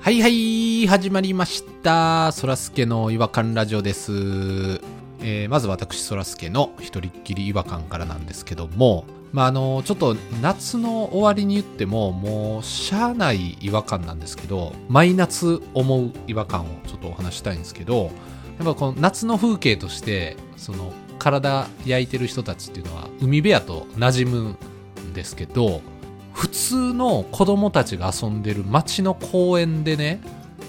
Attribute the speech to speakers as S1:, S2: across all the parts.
S1: はいはい、始まりました。そらすけの違和感ラジオです。えーまず私、そらすけの一人っきり違和感からなんですけども、まあ、あの、ちょっと夏の終わりに言っても、もう、しゃあない違和感なんですけど、毎夏思う違和感をちょっとお話したいんですけど、やっぱこの夏の風景として、その、体焼いてる人たちっていうのは、海辺やと馴染むんですけど、普通の子供たちが遊んでる街の公園でね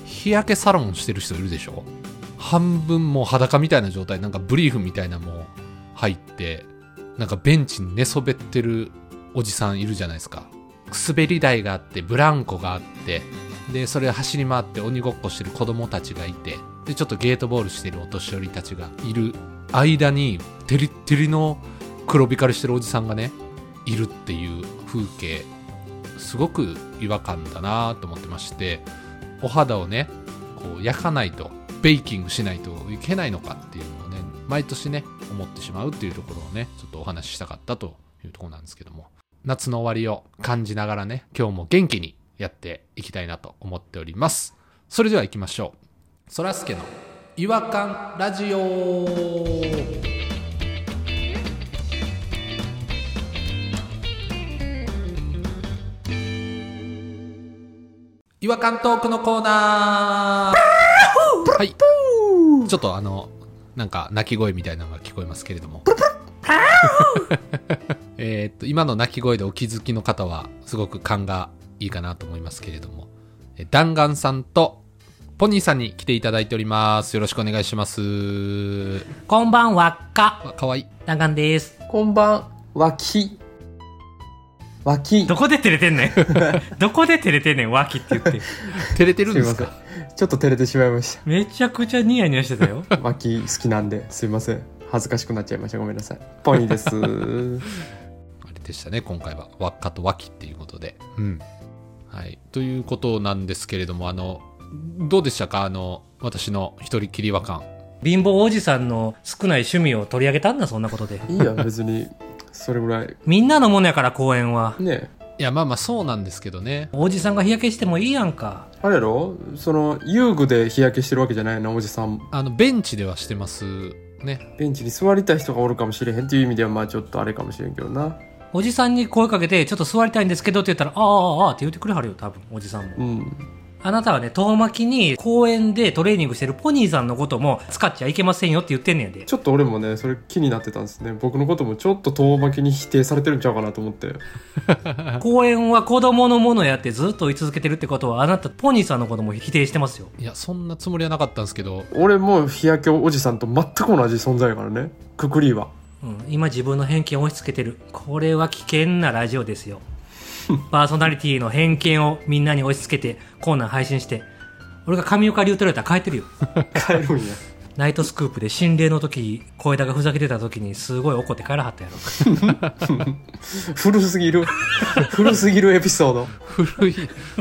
S1: 日焼けサロンしてる人いるでしょ半分もう裸みたいな状態なんかブリーフみたいなのもう入ってなんかベンチに寝そべってるおじさんいるじゃないですか滑り台があってブランコがあってでそれ走り回って鬼ごっこしてる子供たちがいてでちょっとゲートボールしてるお年寄りたちがいる間にテリッテリの黒光りしてるおじさんがねいるっていう風景すごく違和感だなと思ってましてお肌をねこう焼かないとベイキングしないといけないのかっていうのをね毎年ね思ってしまうっていうところをねちょっとお話ししたかったというところなんですけども夏の終わりを感じながらね今日も元気にやっていきたいなと思っておりますそれでは行きましょうそらすけの違和感ラジオ違和感トークのコーナーはい。ちょっとあの、なんか泣き声みたいなのが聞こえますけれども。 えーっと、今の泣き声でお気づきの方は、すごく感がいいかなと思いますけれども。え弾丸さんと、ポニーさんに来ていただいております。よろしくお願いします。
S2: こんばんはっか。
S1: あ、かわいい。
S2: 弾丸です。
S3: こんばん、脇。脇。
S2: どこで照れてんね ん。どこで照れてんねん、脇って言って。
S1: 照れてるんですか
S3: すいちょっと照れてしまいまし
S2: めちゃくちゃニヤニヤしてたよ。
S3: た。脇好きなんで、すいません。恥ずかしくなっちゃいました。ごめんなさい。ポニーです。
S1: あれでしたね今回は輪っかと脇っていうことで、うんはい、ということなんですけれどもあのどうでしたかあの私の一人きり和感
S2: 貧乏おじさんの少ない趣味を取り上げたんだ、そんなことで。
S3: いいや、別に。それぐらい。
S2: みんなのものやから、公園は。
S3: ねえ。
S1: いやまあまあそうなんですけどね
S2: おじさんが日焼けしてもいいやんか。
S3: あれやろその、遊具で日焼けしてるわけじゃないな、おじさん。
S1: あのベンチではしてますね
S3: ベンチに座りたい人がおるかもしれへんっていう意味では、まあちょっとあれかもしれんけどな。
S2: おじさんに声かけて、ちょっと座りたいんですけどって言ったら、ああ、ああ、って言ってくれはるよ、多分、おじさんも。
S3: うん。
S2: あなたはね、遠巻きに公園でトレーニングしてるポニーさんのことも使っちゃいけませんよって言ってんねんで。
S3: ちょっと俺もね、それ気になってたんですね。僕のこともちょっと遠巻きに否定されてるんちゃうかなと思って。
S2: 公園は子供のものやってずっと言い続けてるってことは、あなたポニーさんのことも否定してますよ。
S1: いやそんなつもりはなかったんですけど
S3: 俺も日焼けおじさんと全く同じ存在やからね。くくりは。
S2: うん、今自分の偏見を押し付けてる。これは危険なラジオですよ。パーソナリティの偏見をみんなに押し付けて、コーナー配信して、俺が上岡龍太郎やったら変えてるよ。
S3: 帰るんや。
S2: ナイトスクープで心霊の時、小枝がふざけてた時にすごい怒って帰らはったやろ。
S3: 古すぎ る古すぎるエピソード
S1: 古い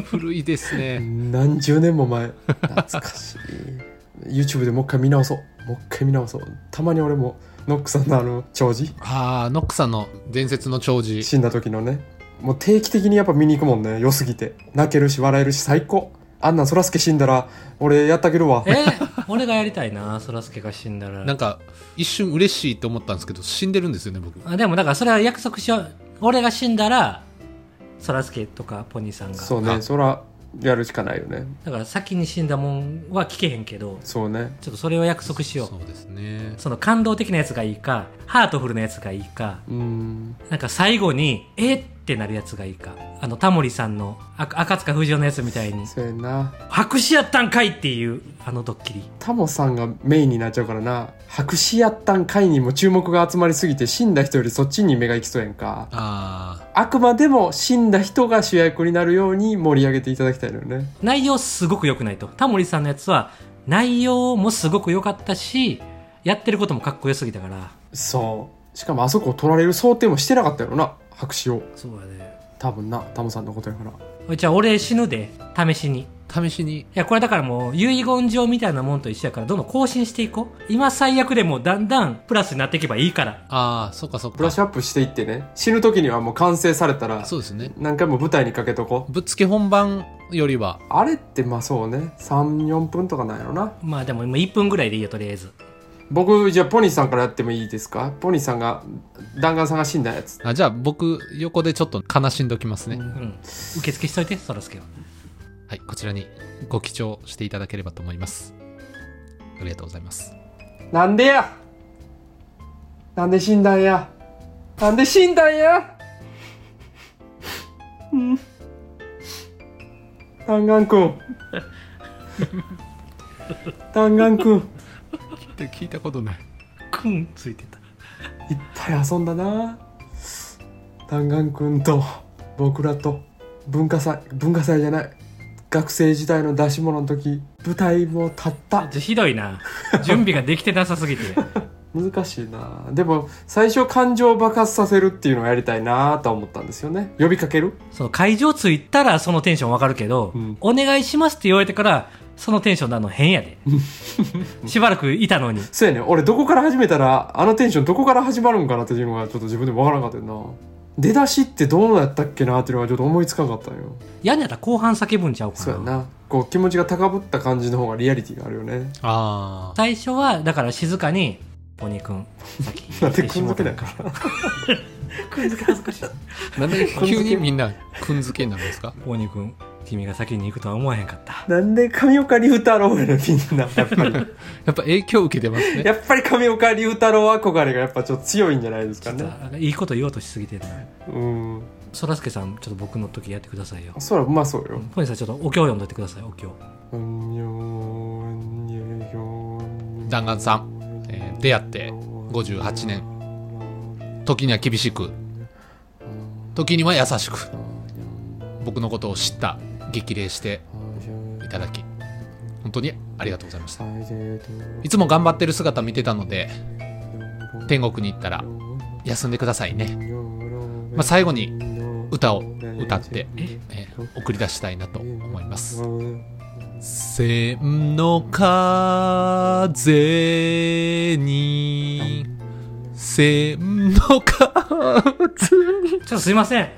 S1: 古いですね
S3: 何十年も前懐かしい YouTube でもう一回見直そうもう一回見直そうたまに俺もノックさんのあの長寿
S1: ああノックさんの伝説の弔辞
S3: 死んだ時のねもう定期的にやっぱ見に行くもんね良すぎて泣けるし笑えるし最高あんなんそらすけ死んだら俺やってあげるわ
S2: え俺がやりたいな、そらすけが死んだら。
S1: なんか一瞬嬉しいと思ったんですけど死んでるんですよね僕
S2: あでもだからそれは約束しよう。俺が死んだら、そらすけとかポニーさんが。
S3: そう
S1: あ
S3: ねそらやるしかないよね
S2: だから先に死んだもんは聞けへんけど、
S3: そうね
S2: ちょっとそれを約束しよう。そ
S1: そうですね
S2: の感動的なやつがいいか、ハートフルなやつがいいか、
S3: うーん
S2: なんか最後に、えってなるやつがいいか。あの、タモリさんの、あ赤塚不二夫のやつみたいに、
S3: そうやな
S2: 白紙やったんかいっていう、あのドッキリ。
S3: タモさんがメインになっちゃうからな白紙やったんかいにも注目が集まりすぎて死んだ人よりそっちに目が行きそうやんか
S1: あ
S3: あくまでも死んだ人が主役になるように盛り上げていただきたいのよね
S2: 内容すごく良くないと。タモリさんのやつは、内容もすごく良かったし、やってることもかっこよすぎたから。
S3: そうしかもあそこを取られる想定もしてなかったよな白紙を
S2: そうだね。
S3: 多分なタモさんのことやから
S2: じゃあ俺死ぬで、試しに。
S1: あ試しに
S2: いや、これだからもう、遺言状みたいなもんと一緒やから、どんどん更新していこう。今最悪でもだんだんプラスになっていけばいいから。
S1: ああそっかそっ
S3: ブラ
S1: か
S3: ッシュアップしていってね死ぬ時にはもう完成されたら
S1: そうですね
S3: 何回も舞台にかけとこ
S1: ぶっつけ本番よりは
S3: あれってまあそうね34分とかなんやろな
S2: まあでも今1分ぐらいでいいよとりあえず
S3: 僕じゃあポニーさんからやってもいいですかポニーさんが弾丸さんが死んだやつ
S1: あじゃあ僕横でちょっと悲しんどきますね、
S2: うん受付しといてそらすけは
S1: はいこちらにご記帳していただければと思いますありがとうございます
S3: なんでやなんで死んだんやなんで死んだんやうん。弾丸くん。弾丸くん。いっ
S1: 聞いたことない
S2: くんついてた
S3: ぱい遊んだな。弾丸くんと僕らと文化祭、文化祭じゃない。学生時代の出し物の時、舞台も立った。
S2: ちょひどい な準備ができてなさすぎて
S3: 難しいなでも最初感情を爆発させるっていうのをやりたいなとは思ったんですよね呼びかける
S2: その会場着いたらそのテンションわかるけど、
S3: うん
S2: お願いしますって言われてからそのテンションなの変 やでしばらくいたのに
S3: そうやね俺どこから始めたらあのテンションどこから始まるんかなっていうのがちょっと自分でもわからなかったよな出だしってどうやったっけなっていうのがちょっと思いつかなかったんよ
S2: 嫌になったら後半叫ぶんちゃうかな
S3: そうやなこう気持ちが高ぶった感じの方がリアリティがあるよね
S1: ああ
S2: 最初はだから静かに「ポニーくんさっき言
S3: だっ
S2: ってて
S3: く
S2: し
S3: ん
S2: も
S3: づ
S2: うた
S3: けだ
S2: んか
S3: から
S2: くんづけ恥ずかしい
S1: なんで急にみんなくんづけになるんですか
S2: ポニーくん君が先に行くとは思わへんかった
S3: なんで神岡龍太郎やねみんなやっぱり
S1: やっぱ影響受けてますね
S3: やっぱり神岡龍太郎憧れがやっぱちょっと強いんじゃないですかね
S2: いいこと言おうとしすぎてるな
S3: うん
S2: そらすけさんちょっと僕の時やってくださいよ
S3: そらうまそうよ、
S2: ポニーさんちょっとお経読んどいてくださいお経
S1: 弾丸さん、えー出会って58年時には厳しく時には優しく僕のことを知った激励していただき本当にありがとうございましたいつも頑張ってる姿見てたので天国に行ったら休んでくださいね、まあ、最後に歌を歌って、えー送り出したいなと思います千の風に千の風
S2: ちょっとすいま せん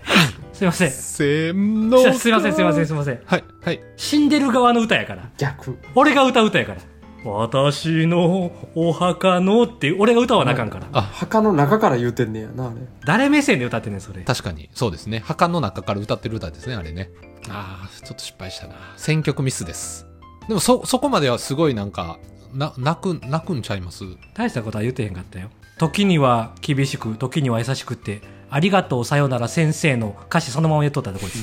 S2: すいませんち
S1: 千の
S2: ょっ
S1: 風
S2: とすいませんすいませんすいません
S1: はいはい
S2: 死んでる側の歌やから
S3: 逆
S2: 俺が歌う歌やから私のお墓のっていう俺が歌わなあかんから
S1: あ
S3: 墓の中から言うてんねやなあれ
S2: 誰目線で歌ってんねんそれ
S1: 確かにそうですね墓の中から歌ってる歌ですねあれねあーちょっと失敗したな選曲ミスですでもそそこまではすごいなんかな泣く泣くんちゃいます
S2: 大したことは言ってへんかったよ時には厳しく時には優しくってありがとうさよなら先生の歌詞そのまま言っとったでこいつ、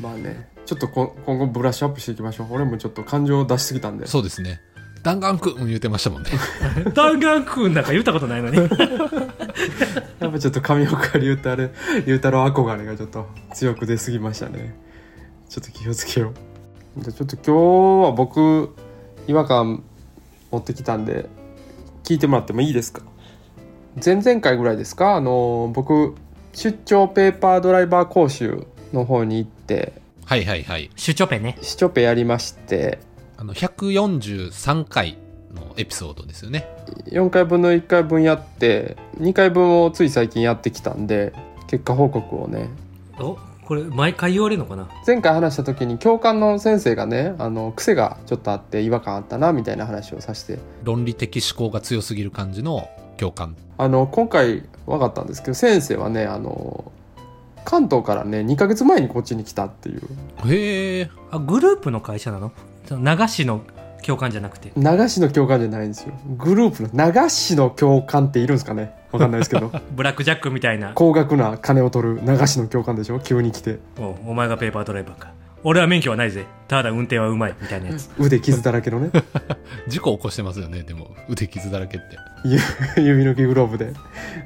S3: まあねちょっとこ今後ブラッシュアップしていきましょう俺もちょっと感情を出しすぎたんで
S1: そうですね弾丸くん言うてましたもん ね
S2: 弾丸くんなんか言ったことないのに
S3: やっぱちょっと神岡龍太郎龍太郎憧れがちょっと強く出すぎましたねちょっと気をつけようでちょっと今日は僕違和感持ってきたんで聞いてもらってもいいですか前々回ぐらいですかあの僕出張ペーパードライバー講習の方に行って
S1: はいはいはい
S2: 主張ペね
S3: シチョペやりまして
S1: あの143回のエピソードですよね
S3: 4回分の1回分やって2回分をつい最近やってきたんで結果報告をね
S2: おこれ毎回言われるのかな
S3: 前回話した時に教官の先生がねあの癖がちょっとあって違和感あったなみたいな話をさせて
S1: 論理的思考が強すぎる感じの共感
S3: あの今回分かったんですけど先生はねあの関東からね2ヶ月前にこっちに来たっていう
S1: へえ
S2: あグループの会社なのその流しの教官じゃなくて
S3: 流しの教官じゃないんですよグループの流しの教官っているんですかね分かんないですけど
S2: ブラックジャックみたいな
S3: 高額な金を取る流しの教官でしょ急に来て
S2: おお前がペーパードライバーか俺は免許はないぜただ運転はうまいみたいなやつ
S3: 腕傷だらけのね
S1: 事故起こしてますよねでも腕傷だらけって
S3: ゆ 指のきグローブで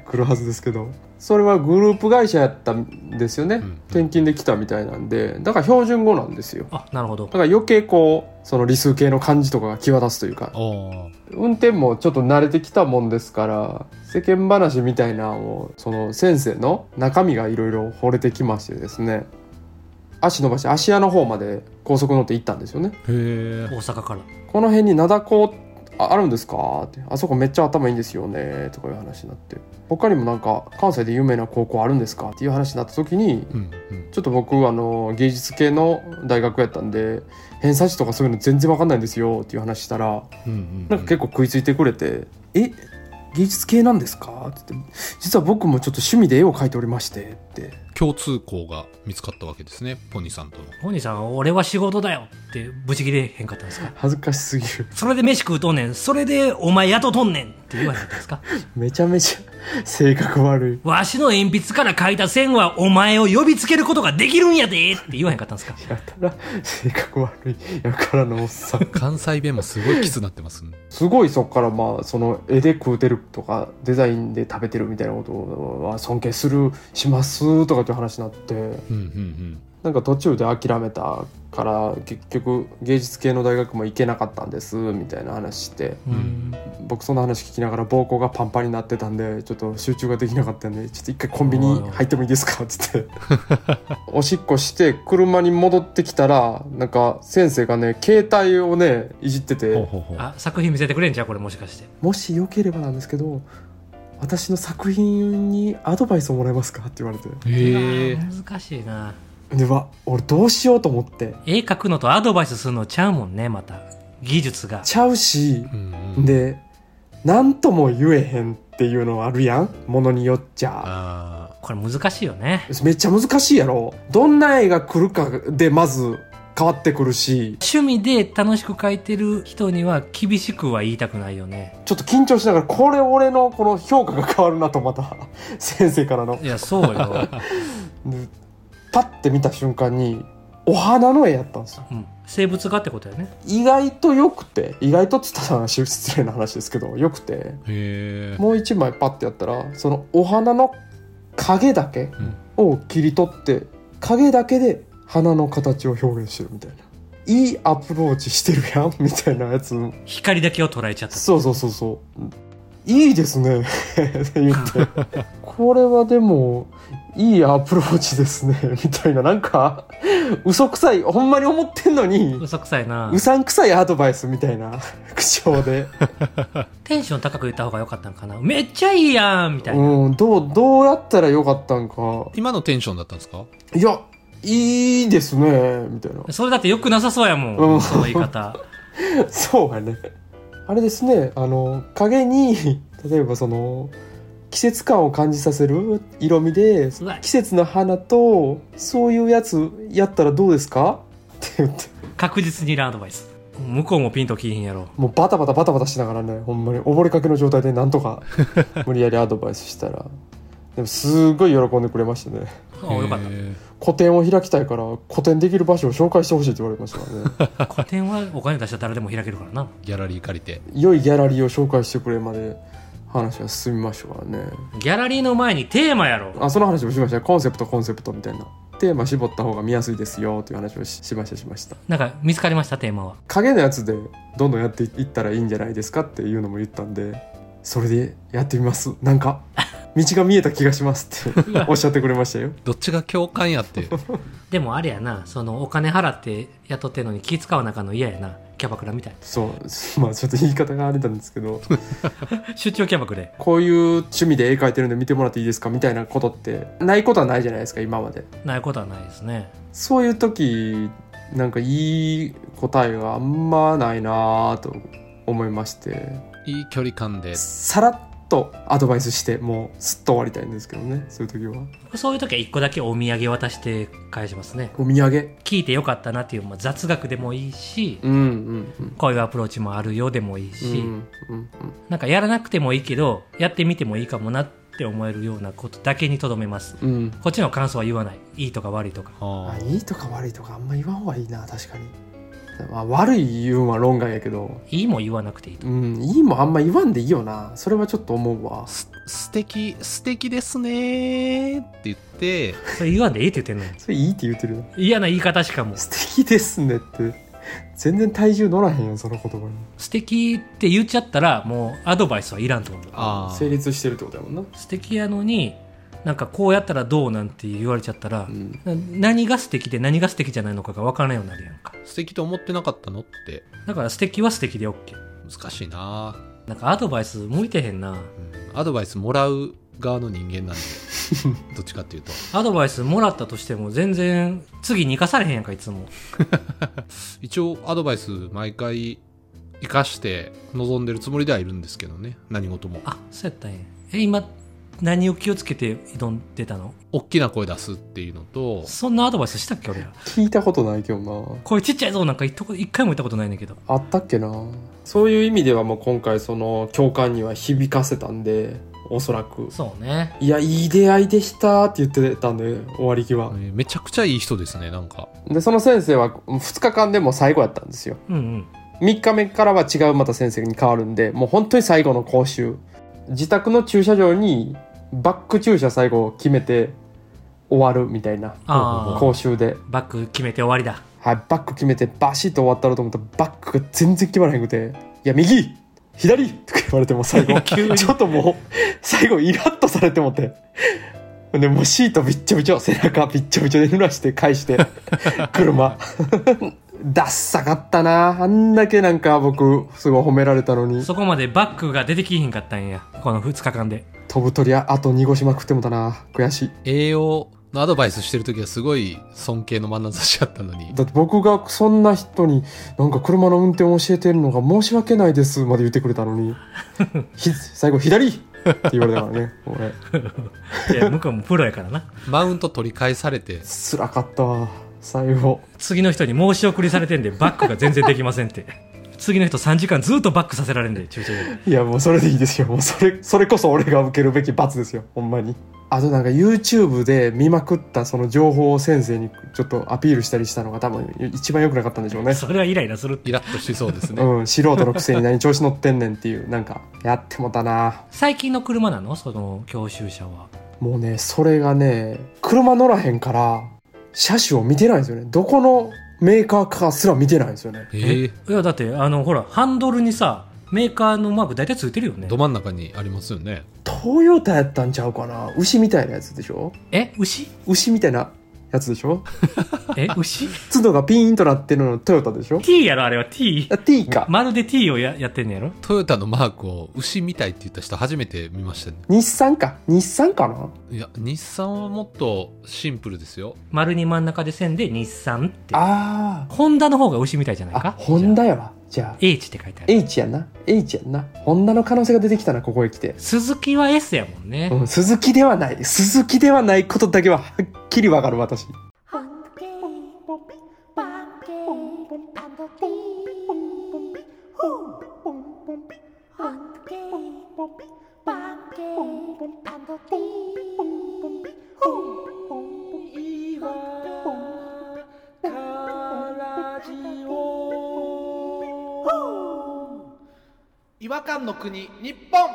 S3: 来るはずですけどそれはグループ会社やったんですよね、
S1: んうん
S3: 転勤で来たみたいなんでだから標準語なんですよ
S2: あなるほど
S3: だから余計こうその理数系の感じとかが際立つというか
S1: おー
S3: 運転もちょっと慣れてきたもんですから世間話みたいなのをその先生の中身がいろいろ惚れてきましてですね足伸ばして芦屋の方まで高速乗って行ったんですよね
S1: へ
S2: 大阪から
S3: この辺に灘高ああるんですか?」って「あそこめっちゃ頭いいんですよね」とかいう話になって「他にもなんか関西で有名な高校あるんですか?」っていう話になった時に
S1: うんうん
S3: ちょっと僕あの芸術系の大学やったんで偏差値とかそういうの全然わかんないんですよっていう話したら
S1: うんうん
S3: なんか結構食いついてくれて「え芸術系なんですか?」って言って「実は僕もちょっと趣味で絵を描いておりまして」って
S1: 共通項が見つかったわけですねポニーさんとの
S2: 本人さん、俺は仕事だよって、ブチ切れへんかったんですか
S3: 恥ずかしすぎる
S2: それで飯食うとんねん。それでお前雇うとんねんって言わへんかったんです か
S3: めちゃめちゃ性格悪い
S2: わしの鉛筆から書いた線はお前を呼びつけることができるんやでって言わへんかったんですか
S3: やたら性格悪いやからのおっさん
S1: 関西弁もすごいキスなってますね
S3: すごいそこからまあその絵で食うてるとかデザインで食べてるみたいなことは尊敬するしますとかっていう話になって
S1: うんうんうん
S3: なんか途中で諦めたから結局芸術系の大学も行けなかったんですみたいな話して
S2: うん。
S3: 僕その話聞きながら膀胱がパンパンになってたんでちょっと集中ができなかったんでちょっと一回コンビニ入ってもいいですかっつ っておしっこして車に戻ってきたらなんか先生がね携帯をねいじって
S1: ほう
S3: て
S1: ほうほう
S2: あ、作品見せてくれんじゃんこれもしかして。
S3: 「もしよければなんですけど私の作品にアドバイスをもらえますか?」って言われて
S1: へえ
S2: うわ難しいな。
S3: でうわ俺どうしようと思って
S2: 絵描くのとアドバイスするのちゃうもんね、また。技術が。
S3: ちゃうし
S1: うんうん
S3: で何とも言えへんっていうのあるやんものによっちゃ。
S1: あ
S2: これ難しいよね。
S3: めっちゃ難しいやろどんな絵が来るかでまず変わってくるし
S2: 趣味で楽しく描いてる人には厳しくは言いたくないよね。
S3: ちょっと緊張しながらこれ俺のこの評価が変わるなとまた 先生からの
S2: いや、そうよ。
S3: でパッて見た瞬間にお花の絵やったんですよ
S2: うん。生物画ってことやね。
S3: 意外と良くて意外とって言ったら失礼な話ですけど良くて
S1: ーへえ
S3: もう一枚パッてやったらそのお花の影だけ
S1: ん
S3: を切り取って影だけで花の形を表現してるみたいないいアプローチしてるやんみたいなやつ
S2: 光だけを捉えちゃった。
S3: そうそうそうそう。いいですねって言ってこれはでもいいアプローチですねみたいななんか嘘くさいほんまに思ってんのに
S2: 嘘くさいな
S3: う。さんくさいアドバイスみたいな 口調で
S2: テンション高く言った方が良かったんかな。めっちゃいいやんみたいな。
S3: うんどうどうやったらよかったんか
S1: 今のテンションだったんですか
S3: いやいいですねみたいな
S2: それだって良くなさそうやも。
S3: うんん
S2: その言い方。
S3: そうやね。あれですね、あの、影に、例えばその、季節感を感じさせる色味で、
S2: うわ
S3: 季節の花と、そういうやつやったらどうですかって言って、
S2: 確実にいらんアドバイス。向こうもピンときいひんやろ。
S3: もうバタバタバタバタしながらね、ほんまに溺れかけの状態でなんと か無理やりアドバイスしたら、でもすごい喜んでくれましたね。
S2: あ、よかった
S1: へ。ー
S3: 個展を開きたいから、個展できる場所を紹介してほしいって言われましたから ね。
S2: 個展はお金出したら誰でも開けるからな。
S1: ギャラリー借りて
S3: 良いギャラリーを紹介してくれまで話は進みましたからね。
S2: ギャラリーの前にテーマやろ。
S3: あその話もしましたねコンセプトコンセプトみたいなテーマ絞った方が見やすいですよという話をししましたしました
S2: なんか見つかりました、テーマは。
S3: 影のやつでどんどんやっていったらいいんじゃないですかっていうのも言ったんでそれでやってみますなんか道が見えた気がしますって おっしゃってくれましたよ
S1: どっちが共感やって
S2: でもあれやな、そのお金払って雇ってんのに気使わなあかんの嫌やな。キャバクラみたい。
S3: そう まあちょっと言い方があれなんですけど
S2: 出張キャバクラや。
S3: こういう趣味で絵描いてるんで見てもらっていいですかみたいなことってないことはないじゃないですか今まで
S2: ないことはないですね。
S3: そういう時なんかいい答えがあんまないなぁと思いまして
S1: いい距離感で
S3: さらっとアドバイスしてもうすっと終わりたいんですけどねそういう時は
S2: そういう時は一個だけお土産渡して返しますね。
S3: お土産
S2: 聞いてよかったなっていう、まあ、雑学でもいいし、
S3: うんうんうん
S2: こういうアプローチもあるよでもいいし、
S3: うんうん
S2: なんかやらなくてもいいけど、やってみてもいいかもなって思えるようなことだけにとどめます。
S3: うんうん
S2: こっちの感想は言わない。いいとか悪いとか。
S1: あ
S3: あ
S1: ー
S3: いいとか悪いとかあんま言わん方がいいな確かに、まあ、悪い言うんは論外やけど
S2: いいも言わなくていいと。
S3: うんいいもあんま言わんでいいよなそれはちょっと思うわ
S1: す素敵素敵ですねーって言って
S2: それ言わんでいいって言ってんのに。
S3: それいいって言ってるな
S2: 嫌な言い方しかも。
S3: 素敵ですねって全然体重乗らへんよその言葉に
S2: 素敵って言っちゃったら、もうアドバイスはいらんと思う。
S1: あー
S3: 成立してるってことやもんな
S2: 素敵やのに、なんかこうやったらどうなんて言われちゃったら
S3: う、ん
S2: な何が素敵で何が素敵じゃないのかが分からないようになるやんか。
S1: 素敵と思ってなかったのって
S2: だから素敵は素敵で OK。
S1: 難しいな、
S2: なんかアドバイス向いてへんな。
S1: うんアドバイスもらう側の人 間なんでどっちかっていうと
S2: アドバイスもらったとしても全然次に生かされへんやんか、いつも。
S1: 一応アドバイス毎回生かして望んでるつもりではいるんですけどね何事も
S2: あ、そうやったんや。え、今、何を気をつけて挑んでたの
S1: 大きな声出すっていうのと
S2: そんなアドバイスしたっけ俺ら。
S3: 聞いたことないけどな
S2: これちっちゃいぞなんか一とこ一回も言ったことないねんだけど。
S3: あったっけなそういう意味ではもう今回その共感には響かせたんでおそらく
S2: そうね。
S3: いやいい出会いでしたって言ってたんで終わり際
S1: えーめちゃくちゃいい人ですねなんか
S3: でその先生は2日間でもう最後やったんですよ
S2: うんうん。
S3: 3日目からは違うまた先生に変わるんでもう本当に最後の講習自宅の駐車場にバック駐車最後決めて終わるみたいな
S2: あー
S3: 講習で、
S2: バック決めて終わりだ。
S3: はい、バック決めてバシッと終わったろうと思ったらバックが全然決まらへんくて「いや右左!」とか言われてもう最後
S2: 急に
S3: ちょっともう最後イラッとされてもってでもうシートびっちょびちょ背中びっちょびちょで濡らして返して車ダッサかったなあんだけなんか僕すごい褒められたのに
S2: そこまでバックが出てきひんかったんや。この2日間で。
S3: 飛ぶ鳥ああと濁しまくってもたな悔しい
S1: 栄養のアドバイスしてる時はすごい尊敬の眼差しだったのに
S3: だって僕がそんな人になんか車の運転を教えてるのが申し訳ないですまで言ってくれたのにひ最後左って言われたからね俺
S2: い や、向こうもプロやからな。
S1: マウント取り返されて
S3: つらかったわ最後
S2: 次の人に申し送りされてんで、バックが全然できませんって。次の人3時間ずっとバックさせられんで、駐車場で。
S3: いやもうそれでいいですよもうそれそれこそ俺が受けるべき罰ですよほんまにあとなんか YouTube で見まくったその情報を先生にちょっとアピールしたりしたのが多分一番良くなかったんでしょうね
S2: それはイライラするって
S1: イラッとしそうです ね、
S3: うん、素人のくせに何調子乗ってんねんっていうなんかやってもたな
S2: 最近の車なのその教習車は
S3: もうね、それがね、車乗らへんから、車種を見てないんですよね。どこのメーカーかすら見てないんですよね。
S1: ええ
S2: いやだってあのほらハンドルにさメーカーのマーク大体ついてるよね
S1: ど真ん中にありますよね
S3: トヨタやったんちゃうかな牛みたいなやつでしょ
S2: え牛
S3: 牛みたいなやつでしょ
S2: え 牛
S3: 角がピーンとなってるのトヨタでしょ
S2: ?T やろあれは T
S3: あ ?T か。
S2: まるで T をややってんのやろ
S1: トヨタのマークを牛みたいって言った人初めて見ましたね
S3: 日産か。日産かない
S1: や日産はもっとシンプルですよ
S2: 丸に真ん中で線で日産って
S3: あ
S2: ホンダの方が牛みたいじゃない
S3: あ。あ
S2: か、
S3: ホンダやわ。じゃあ、
S2: じゃあ H って書いてある
S3: H やんな。H やんな。ホンダの可能性が出てきたな、ここへ来て。
S2: 鈴木は S やもんね、
S3: うん、鈴木ではない。鈴木ではないことだけははっきりわかる、私。
S4: Hunky,
S1: 違和感の国日本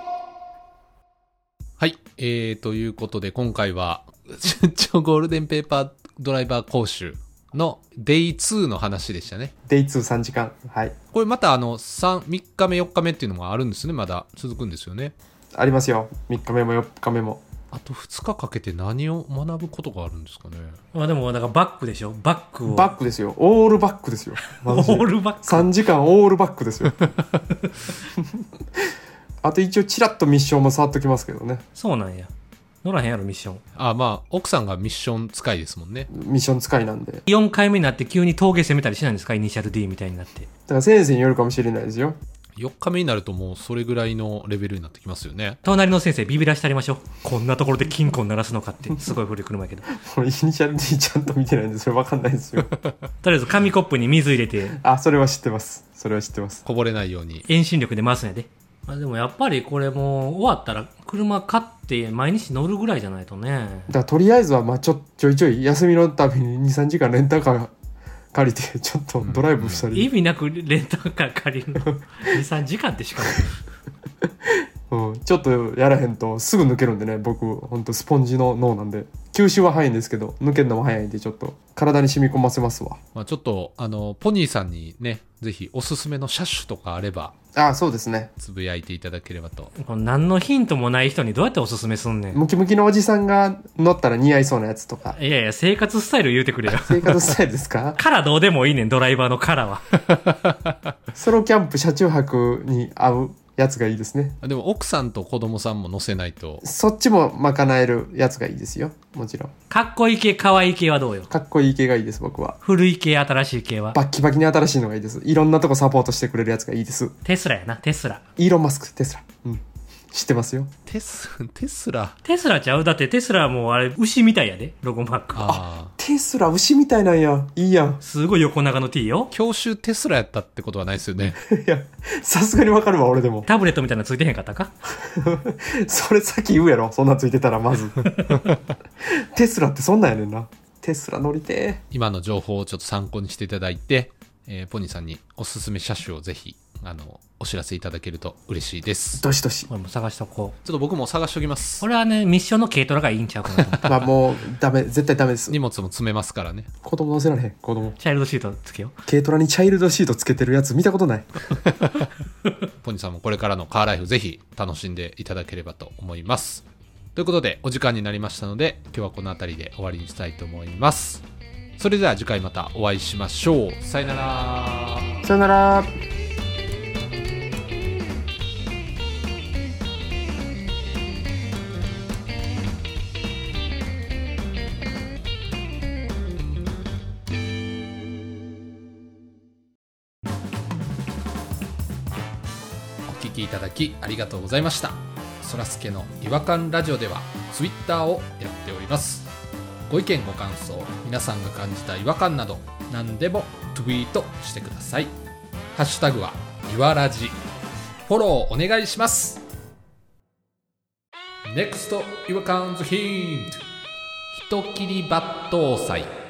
S1: はい、えー、ということで今回は 出張ゴールデンペーパードライバー講習の Day2 の話でしたね
S3: デイ2、3時間。はい。
S1: これまたあの 3, 3日目4日目っていうのもあるんですねまだ続くんですよね
S3: ありますよ3日目も4日目も
S1: あと2日かけて何を学ぶことがあるんですかね
S2: まあ、でもだからバックでしょバックを
S3: バックですよオールバックですよ
S2: オ
S3: マジで
S2: ー ルバック
S3: 3時間オールバック ですよあと一応チラッとミッションも触っときますけどね
S2: そうなんや乗らへんやろミッション
S1: あまあ奥さんがミッション使いですもんね
S3: ミッション使いなんでだか
S2: 4回目になって急に峠攻めたりしないんですかイニシャル D みたいになって
S3: ら先生によるかもしれないですよ
S1: 4日目になるともうそれぐらいのレベルになってきますよね
S2: 隣の先生ビビらしてありましょうこんなところで金庫を鳴らすのかってすごい古い車やけど
S3: これイニシャル D ちゃんと見てないんでそれ分かんない ですよ
S2: とりあえず紙コップに水入れて
S3: あそれは知ってますそれは知ってます
S1: こぼれないように
S2: 遠心力で回すんやで、まあ、でもやっぱりこれもう終わったら車買って毎日乗るぐらいじゃないとね
S3: だからとりあえずはまあちょちょいちょい休みのたびに23時間レンタカー借りてちょっとドライブしたり、
S2: 意味なくレンタカー借りるの23時間ってしかも
S3: うん、ちょっとやらへんとすぐ抜けるんでね僕ほんとスポンジの脳なんで吸収は早いんですけど抜けるのも早いんでちょっと体に染み込ませますわ
S1: まあ、ちょっと、あの、ポニーさんにね、ぜひおすすめの車種とかあれば、
S3: あそうですね
S1: つぶやいていただければと。
S2: この何のヒントもない人にどうやっておすすめすんねん
S3: ムキムキのおじさんが乗ったら似合いそうなやつとか
S2: いやいや生活スタイル言うてくれよ
S3: 生活スタイルです か
S2: カラーどうでもいいねんドライバーのカラーは
S3: ソロキャンプ車中泊に合うやつがいいですね
S1: でも、奥さんと子供さんも乗せないと。
S3: そっちも賄えるやつがいいですよもちろん
S2: かっこいい系かわいい系はどうよ
S3: かっこいい系がいいです僕は
S2: 古い系新しい系は
S3: バッキバキに新しいのがいいですいろんなとこサポートしてくれるやつがいいです
S2: テスラやなテスラ
S3: イーロン・マスクテスラうん知ってますよ
S1: テス、テスラ。
S2: テスラちゃうだってテスラはもうあれ牛みたいやでロゴマーク
S1: ああ。
S3: テスラ牛みたいなんやいいやん
S2: すごい横長の T よ
S1: 教習テスラやったってことはないですよね。
S3: いやさすがにわかるわ俺でも
S2: タブレットみたいなのついてへんかったか
S3: それさっき言うやろそんなんついてたらまず テスラってそんなんやねんなテスラ乗りて
S1: 今の情報をちょっと参考にしていただいて、えーポニーさんにおすすめ車種をぜひ、あの、お知らせいただけると嬉しいです。
S3: え
S1: ちょ
S3: どしどし
S2: 俺も探しとこう
S1: っと僕も探しておきます。
S2: 俺はねミッションの軽トラがいいんちゃうかなと思って
S3: まあもうダメ絶対ダメです
S1: 荷物も詰めますからね。
S3: 子供乗せられへん子供
S2: チャイルドシートつけよう
S3: 軽トラにチャイルドシートつけてるやつ見たことない
S1: ポニーさんもこれからのカーライフぜひ楽しんでいただければと思います。ということでお時間になりましたので今日はこの辺りで終わりにしたいと思います。それでは次回またお会いしましょう。さよなら。
S3: さよなら
S1: お聞きいただきありがとうございましたそらすけの違和感ラジオではツイッターをやっておりますご意見ご感想皆さんが感じた違和感など何でもツイートしてくださいハッシュタグはいわらじフォローお願いします NEXT 違和感ズヒント人切り抜刀斎